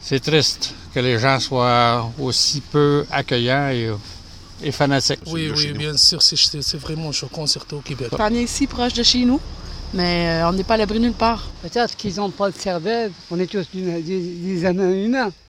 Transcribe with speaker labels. Speaker 1: C'est triste que les gens soient aussi peu accueillants et, et fanatiques.
Speaker 2: Oui, oui, bien sûr, c'est- c'est c'est vraiment choquant, surtout au Québec.
Speaker 3: On est ici proche de chez nous, mais euh, on n'est pas à l'abri nulle part.
Speaker 4: Peut-être qu'ils n'ont pas de cervelle. On est tous des, des- des êtres humains.